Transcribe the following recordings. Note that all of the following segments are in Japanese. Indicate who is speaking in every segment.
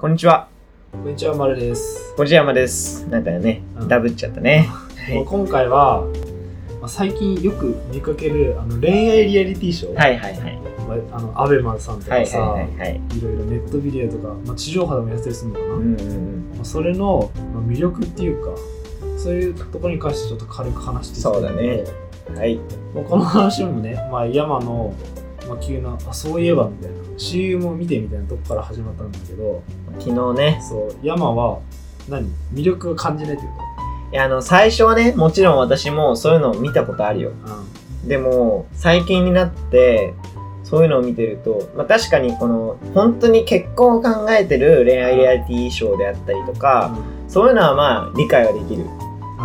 Speaker 1: こんにちは、
Speaker 2: こんにちは、まるです。
Speaker 1: ごじやまです。なんかね
Speaker 2: う、ん
Speaker 1: ダブっちゃったね。
Speaker 2: まあ今回は、まあ、最近よく見かけるあの恋愛リアリティショー、
Speaker 1: はいはいはい。
Speaker 2: まあ、あのアベマさんと
Speaker 1: はい
Speaker 2: か
Speaker 1: はい
Speaker 2: さ、
Speaker 1: はいいはい。
Speaker 2: ろいろネットビデオとか、まあ、地上波でもやったりするのかな、
Speaker 1: うんうんうん。
Speaker 2: まあ、それの、まあ、魅力っていうかそういうところに関してちょっと軽く話していきたい
Speaker 1: そうだねはい。
Speaker 2: まあ、この話もね、まあ、山の、まあ、急なあそういえばみたいな CM を見てみたいなとこから始まったんだけど
Speaker 1: 昨日ね、
Speaker 2: そう山は何魅力を感じないってこ
Speaker 1: いやあの、最初はね、もちろん私もそういうのを見たことあるよ。
Speaker 2: と、うん
Speaker 1: でも、最近になって、そういうのを見てると、まあ、確かにこの、本当に結婚を考えてる恋愛リアリティショーであったりとか、そういうのはまあ、理解はできる。
Speaker 2: うん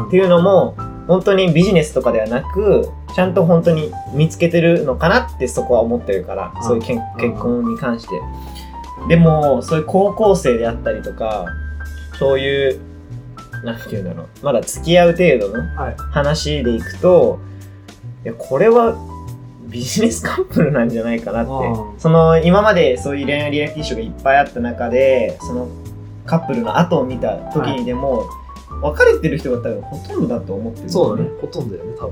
Speaker 1: っていうのも、本当にビジネスとかではなく、ちゃんと本当に見つけてるのかなってそこは思ってるから、
Speaker 2: うん
Speaker 1: そういうけん
Speaker 2: ん
Speaker 1: 結婚に関して。でも、そういう高校生であったりとか、そういう、なんていうんだろう、まだ付き合う程度の
Speaker 2: はい
Speaker 1: 話でいくと、いや、これはビジネスカップルなんじゃないかなって
Speaker 2: う。ん
Speaker 1: その、今までそういう恋愛リアリティショーがいっぱいあった中で、そのカップルの後を見た時にでも、別れてる人が多分ほとんどだと思ってるんよ
Speaker 2: そうだね、ほとんどだよね、多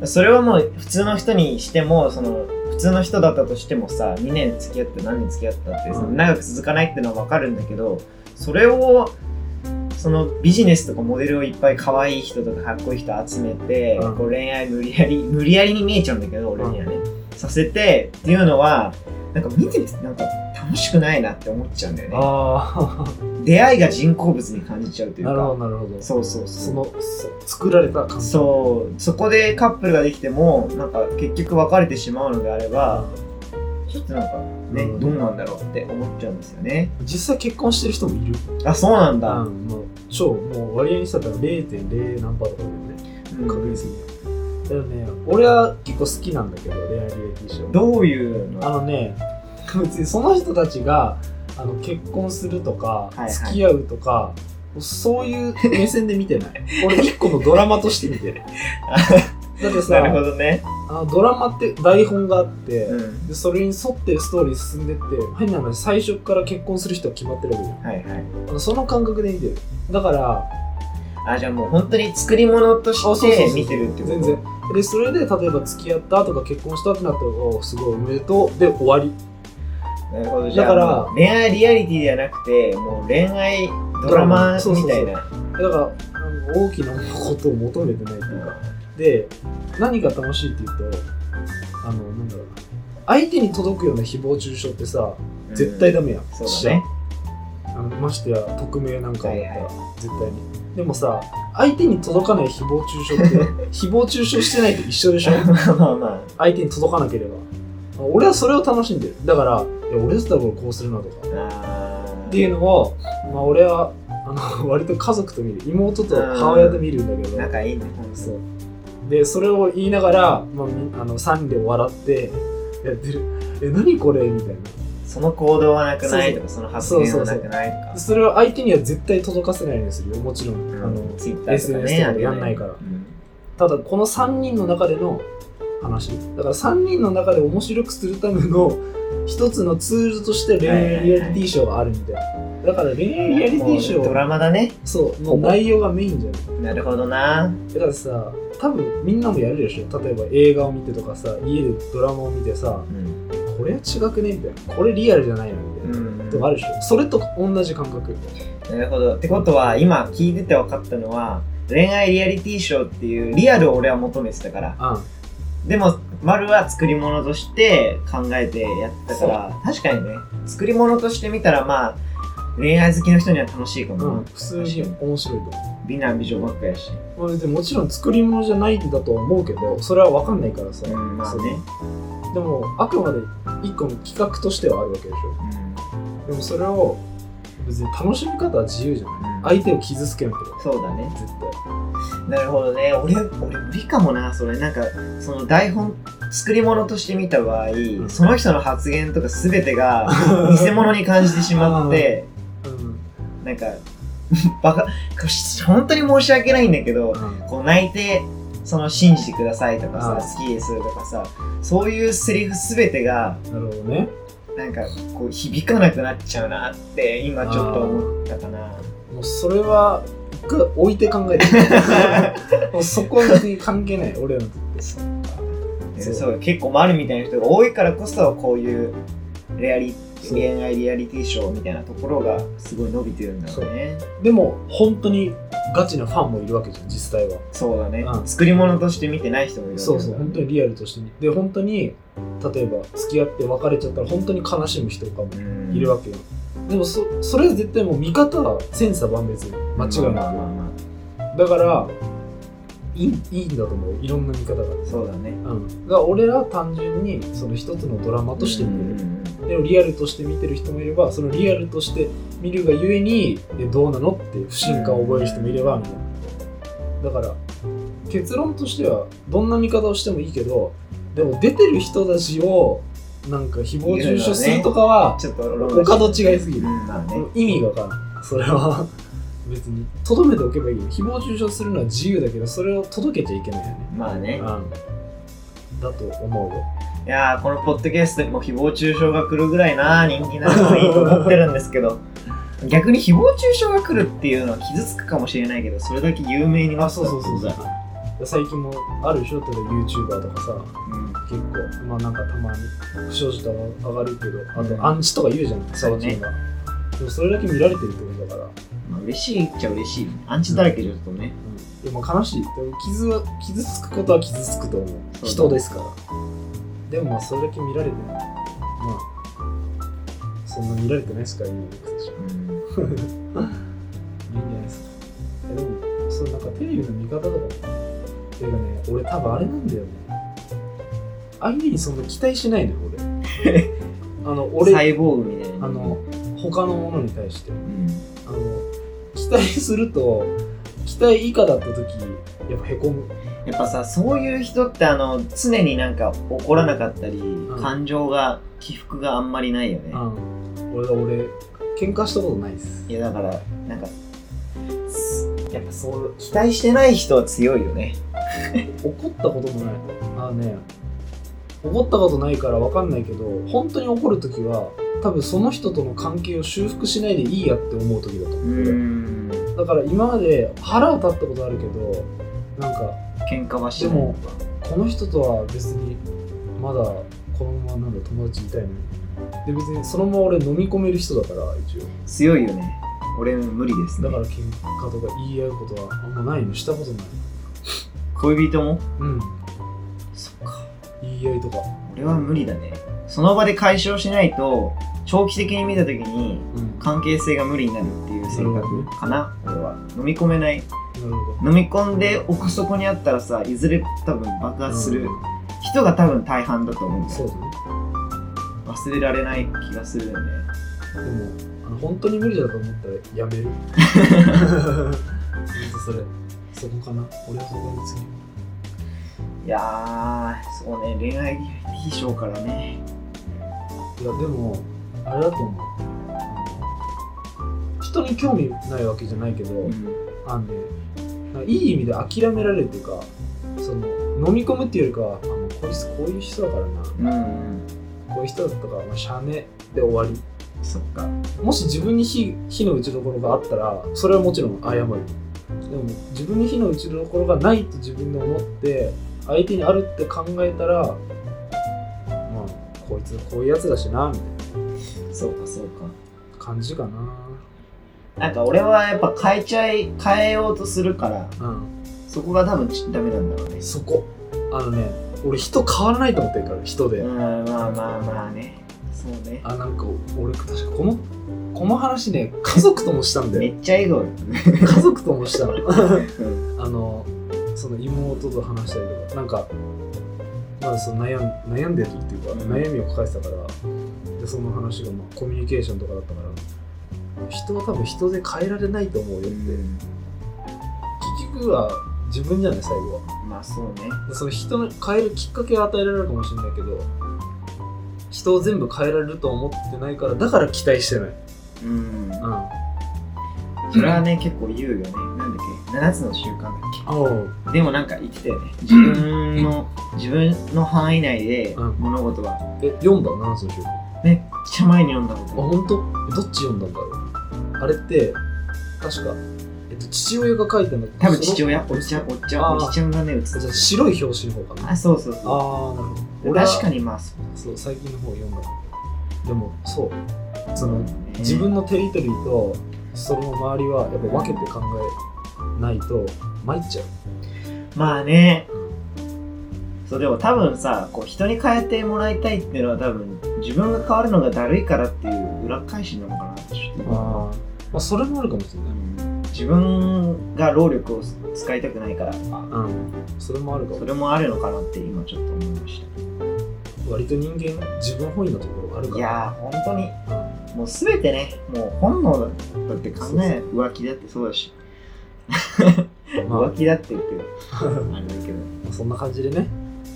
Speaker 2: 分。
Speaker 1: それはもう普通の人にしてもその普通の人だったとしてもさ2年付き合って何年付き合ったって、その
Speaker 2: うん
Speaker 1: 長く続かないってのは分かるんだけどそれをそのビジネスとかモデルをいっぱい可愛い人とかかっこいい人集めて、
Speaker 2: うん
Speaker 1: こう恋愛無理やり無理やりに見えちゃうんだけど俺にはね、させてっていうのはなんか見ててなんか楽しくないなって思っちゃうんだよね
Speaker 2: あ
Speaker 1: 出会いが人工物に感じちゃうと
Speaker 2: あ、
Speaker 1: いうか
Speaker 2: なるほど、なるほど。
Speaker 1: そうそうそう
Speaker 2: その、そ作られた感じ。
Speaker 1: そうそこでカップルができてもなんか結局別れてしまうのであればちょっとなんかね、
Speaker 2: うん
Speaker 1: どうなんだろうって思っちゃうんですよね
Speaker 2: 実際結婚してる人もいる。
Speaker 1: あそうなん
Speaker 2: う
Speaker 1: だ、
Speaker 2: ん、もう、超、もう割合にしたら0.0何パーとかだよね、
Speaker 1: うん
Speaker 2: 確率的に。だよね、俺は結構好きなんだけど、恋愛リアリティショー。
Speaker 1: どういう
Speaker 2: あ
Speaker 1: の
Speaker 2: のね、別にその人たちが、あの結婚するとか、
Speaker 1: はいはい
Speaker 2: 付き合うとか、そういう目線で見 てない。俺、一個のドラマとして見てる。だって
Speaker 1: な
Speaker 2: さ、
Speaker 1: るほどね、
Speaker 2: あのドラマって台本があって、
Speaker 1: うん、
Speaker 2: でそれに沿ってストーリー進んでって変な話最初から結婚する人は決まってるわけじゃん
Speaker 1: はいはい
Speaker 2: あのその感覚で見てるだから
Speaker 1: あじゃあもう本当に作り物と
Speaker 2: そう
Speaker 1: し
Speaker 2: そうそう
Speaker 1: て
Speaker 2: そう
Speaker 1: 見てるってこと
Speaker 2: 全然でそれで例えば付き合ったとか結婚したってなったらおーすごいおめでとうで終わり
Speaker 1: なるほどじゃあ
Speaker 2: だから
Speaker 1: もう恋愛リアリティではなくてもう恋愛ドラマ
Speaker 2: そうそうそう
Speaker 1: みたいな
Speaker 2: だからあの大きなことを求めてないっていうかで何が楽しいっていうとあのなんだろうな相手に届くような誹謗中傷ってさ
Speaker 1: うん
Speaker 2: 絶対ダメやん、
Speaker 1: そうだね
Speaker 2: あのましてや匿名なんかだったら、
Speaker 1: はいは
Speaker 2: 絶対にでもさ相手に届かない誹謗中傷 って誹謗中傷してないと一緒でし ょ
Speaker 1: まあまあまあ
Speaker 2: 相手に届かなければ俺はそれを楽しんでるだからいや俺だったらこうするなとか
Speaker 1: あ
Speaker 2: っていうのを、まあ、俺はあの 割と家族と見る妹と母親と見るんだけど
Speaker 1: 仲いいね
Speaker 2: そうでそれを言いながら、まあ、みあの3人で笑ってやってるえ何これみたいな
Speaker 1: その行動はなくないとかその発言はなくないとか
Speaker 2: それを相手には絶対届かせないようにするよもちろん、
Speaker 1: あ
Speaker 2: あの
Speaker 1: のツイッターとか
Speaker 2: SNS
Speaker 1: ね
Speaker 2: とかでやんないから
Speaker 1: うん
Speaker 2: ただこの3人の中での話だから3人の中で面白くするための一つのツールとして恋愛リアリティショーがあるみたいな、だから恋愛リアリティショ
Speaker 1: もうド
Speaker 2: ー
Speaker 1: ラマだね
Speaker 2: そうもう内容がメインじゃな
Speaker 1: な
Speaker 2: い
Speaker 1: るほどな
Speaker 2: だからさ多分みんなもやるでしょ例えば映画を見てとかさ家でドラマを見てさ
Speaker 1: うん
Speaker 2: これは違くねみたいなこれリアルじゃないなみたいな、とかあるでしょそれと同じ感覚
Speaker 1: なるほどってことは今聞いてて分かったのは恋愛リアリティショーっていうリアルを俺は求めてたから
Speaker 2: あん
Speaker 1: でも丸は作り物として考えてやってたから確かにね作り物として見たらまあ恋愛好きの人には楽しいか
Speaker 2: う
Speaker 1: も
Speaker 2: ん、
Speaker 1: な
Speaker 2: 普通に面白いと思
Speaker 1: 美男美女ばっかやし
Speaker 2: う、まあ、別にもちろん作り物じゃないんだとは思うけどそれは分かんないからさ、
Speaker 1: うんまあ
Speaker 2: そう
Speaker 1: ね
Speaker 2: でもあくまで一個の企画としてはあるわけでし
Speaker 1: うん
Speaker 2: ょでもそれを別に楽しみ方は自由じゃない相手を傷つけなければ
Speaker 1: そうだね
Speaker 2: 絶対
Speaker 1: なるほどね俺俺無理かもなそれなんかその台本作り物として見た場合、
Speaker 2: ん
Speaker 1: その人の発言とか全て が偽物に感じてしまって
Speaker 2: うん
Speaker 1: なんかバカ本当に申し訳ないんだけどこう泣いてその信じてくださいとか
Speaker 2: あ
Speaker 1: さ好きですとかさそういうセリフ全てが
Speaker 2: なるほどね
Speaker 1: なんかこう響かなくなっちゃうなって今ちょっと思ったかな
Speaker 2: もうそれは一回置いて考えて もうそこに関係ない俺らにとって
Speaker 1: で
Speaker 2: そ
Speaker 1: そうう結構丸みたいな人が多いからこそこういうレアリ
Speaker 2: そう
Speaker 1: 恋愛リアリティショーみたいなところがすごい伸びてるんだろうね
Speaker 2: でも本当にガチなファンもいるわけじゃん実際は
Speaker 1: そうだね、
Speaker 2: うん
Speaker 1: 作り物として見てない人もいるわけだ
Speaker 2: そ
Speaker 1: か
Speaker 2: う
Speaker 1: ら
Speaker 2: そう本当にリアルとして見で本当に例えば付き合って別れちゃったら本当に悲しむ人とかも
Speaker 1: うん
Speaker 2: いるわけよ、でもそそれは絶対もう見方は千差万別間違い
Speaker 1: まあまあ
Speaker 2: な
Speaker 1: まあま
Speaker 2: くだからいいいいんだと思ういろんな見方が
Speaker 1: あそうだね
Speaker 2: うん、だから俺らは単純にその一つのドラマとして見てる、でもリアルとして見てる人もいればそのリアルとして見るがゆえにえどうなのって不信感を覚える人もいればみたいなだから結論としてはどんな見方をしてもいいけどでも出てる人たちをなんか誹謗中傷するとかは
Speaker 1: ちょっと
Speaker 2: お門違いすぎる
Speaker 1: うんまあね
Speaker 2: 意味がわからないそれは 別にとどめておけばいいよ誹謗中傷するのは自由だけどそれを届けちゃいけないよね
Speaker 1: まあね
Speaker 2: うんだと思うよ
Speaker 1: いやーこのポッドキャストにも誹謗中傷が来るぐらいな人気なのがいいと思ってるんですけ ど逆に誹謗中傷が来るっていうのは傷つくかもしれないけどそれだけ有名になったってことだ
Speaker 2: 最近もあるでしょ例えば YouTuber とかさ
Speaker 1: うん
Speaker 2: 結構まあなんかたまに不祥事とか上がるけどあ
Speaker 1: うん
Speaker 2: とアンチとか言うじゃん
Speaker 1: そ
Speaker 2: 最
Speaker 1: うね
Speaker 2: 近は、でもそれだけ見られてるってことだから、
Speaker 1: まあ、嬉しいっちゃ嬉しいアンチだらけちょっとね
Speaker 2: でも悲しいでも傷は傷つくことは傷つくと思う
Speaker 1: そうだ
Speaker 2: 人ですからでもまあそれだけ見られてるまあそんな見られてないしか言えないでしょ
Speaker 1: うん
Speaker 2: いいんじゃないですかいやでもそのなんかテレビの見方とかもていうかね俺多分あれなんだよね相手にそんな期待しないのよ俺 あの
Speaker 1: サ
Speaker 2: 俺
Speaker 1: イボーグみたいな
Speaker 2: あの他のものに対して
Speaker 1: うん
Speaker 2: あの期待すると期待以下だった時やっぱへこむ
Speaker 1: やっぱさそういう人ってあの常になんか怒らなかったり、
Speaker 2: ん
Speaker 1: 感情が起伏があんまりないよね、
Speaker 2: 俺が俺喧嘩したことないです
Speaker 1: いやだからなんかすやっぱそう期待してない人は強いよね
Speaker 2: 怒ったこともないあのね怒ったことないから分かんないけど本当に怒る時は多分その人との関係を修復しないでいいやって思う時だと思う、
Speaker 1: ん
Speaker 2: だから今まで腹は立ったことあるけどなんか
Speaker 1: 喧嘩はし
Speaker 2: で
Speaker 1: てない
Speaker 2: もこの人とは別にまだこのままなんだ友達いたいのにで別にそのまま俺飲み込める人だから一応
Speaker 1: 強いよね俺無理ですね
Speaker 2: だから喧嘩とか言い合うことはあんまないのしたことない
Speaker 1: 恋人も
Speaker 2: うん
Speaker 1: そっか
Speaker 2: 言い合いとか
Speaker 1: 俺は無理だねその場で解消しないと長期的に見た時に
Speaker 2: うん
Speaker 1: 関係性が無理になるっていう性格かな俺は飲み込めない
Speaker 2: なるほど
Speaker 1: 飲み込んで奥底にあったらさいずれ多分爆発する人が多分大半だと思うんだ
Speaker 2: そ
Speaker 1: よ
Speaker 2: うだね
Speaker 1: 忘れられない気がするよね
Speaker 2: でもあの本当に無理だと思ったらやめる ほんとそれそこかな俺はそこに次
Speaker 1: いやーそうね恋愛リアリティショーからね
Speaker 2: いやでもあれだと思うあの人に興味ないわけじゃないけど、あのねなんかいい意味で諦められるっていうかその飲み込むっていうよりかはあのこいつこういう人だからな
Speaker 1: うん、うん、
Speaker 2: こういう人だったから、まあ、しゃあねえで終わり
Speaker 1: そっか
Speaker 2: もし自分に火火の打ちどころがあったらそれはもちろん謝るでも自分に火の打ちどころがないと自分で思って相手にあるって考えたらまあこいつこういうやつだしなみたい
Speaker 1: そうかそうか
Speaker 2: な感じかな
Speaker 1: なんか俺はやっぱ変えちゃい変えようとするから
Speaker 2: うん
Speaker 1: そこが多分ちダメなんだろうね
Speaker 2: そこあのね俺人変わらないと思ってるから人で、
Speaker 1: うんまあまあまあねそうね
Speaker 2: あなんか俺確かこのこの話ね家族ともしたん だ
Speaker 1: め
Speaker 2: よ
Speaker 1: っちゃ 笑顔だね
Speaker 2: 家族ともしたの
Speaker 1: うん
Speaker 2: あのその妹と話したりとかなんかまだその悩ん悩んでるっていうか、
Speaker 1: うん
Speaker 2: 悩みを抱えてたからでその話がまあコミュニケーションとかだったから人は多分人で変えられないと思うよって、結局は自分じゃない最後は
Speaker 1: まあそうね
Speaker 2: でその人の変えるきっかけを与えられるかもしれないけど人を全部変えられるとは思ってないからだから期待してない、
Speaker 1: うん
Speaker 2: うん、あ
Speaker 1: それはね結構言うよねなんだっけ7つの習慣だっけ
Speaker 2: あ
Speaker 1: でもなんか言ってたよね自分の自分の範囲内で
Speaker 2: うん
Speaker 1: 物事は
Speaker 2: え、読んだ何つの週
Speaker 1: めっちちゃ前に読んだ
Speaker 2: あ
Speaker 1: こ
Speaker 2: 本当えどっち読んだんだろうあれって確か、えっと、父親が書いたんだけど
Speaker 1: と多分父親
Speaker 2: そ
Speaker 1: お
Speaker 2: の
Speaker 1: っちゃんおっちゃ
Speaker 2: あ
Speaker 1: ん
Speaker 2: ー
Speaker 1: おじちゃんがね映って
Speaker 2: じゃあ
Speaker 1: た
Speaker 2: 白い表紙の方かな
Speaker 1: あそうそうそ
Speaker 2: ああなるほ
Speaker 1: う
Speaker 2: ど
Speaker 1: 確か
Speaker 2: に
Speaker 1: にまあそう
Speaker 2: そう最近の方読んだんだけどでもそうその
Speaker 1: だね
Speaker 2: 自分のテリトリーとその周りはやっぱ分けて考えないと参っちゃう
Speaker 1: まあねそうでも多分さこう人に変えてもらいたいっていうのは多分自分が変わるのがだるいからっていう裏返しなのかなってちょっと思う
Speaker 2: あ、まあ、それもあるかもしれない
Speaker 1: 自分が労力を使いたくないから
Speaker 2: うんそれもあるかも
Speaker 1: それもあるのかなって今ちょっと思いまし
Speaker 2: 割と人間自分本位のところがある
Speaker 1: た
Speaker 2: か
Speaker 1: い
Speaker 2: ら
Speaker 1: やー本当にもう全てねもう本能だって考え浮気だってそうだし
Speaker 2: まあ
Speaker 1: 浮気だって言 ってるあれだけど
Speaker 2: まあそんな感じでね、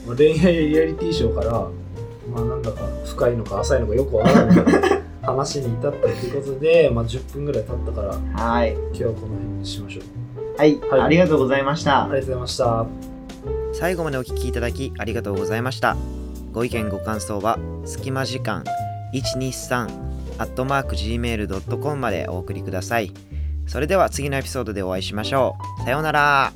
Speaker 2: まあ、恋愛リアリティショーからまあなんだか深いのか浅いのかよくわからない話に至ったということで、まあ、10分ぐらい経ったから今
Speaker 1: はい
Speaker 2: 日はこの辺にしましょう
Speaker 1: はい、
Speaker 2: はい
Speaker 1: ありがとうございました
Speaker 2: ありがとうございました
Speaker 1: 最後までお聞きいただきありがとうございましたご意見ご感想は隙間時間123アットマーク gmail.com までお送りくださいそれでは次のエピソードでお会いしましょうさようなら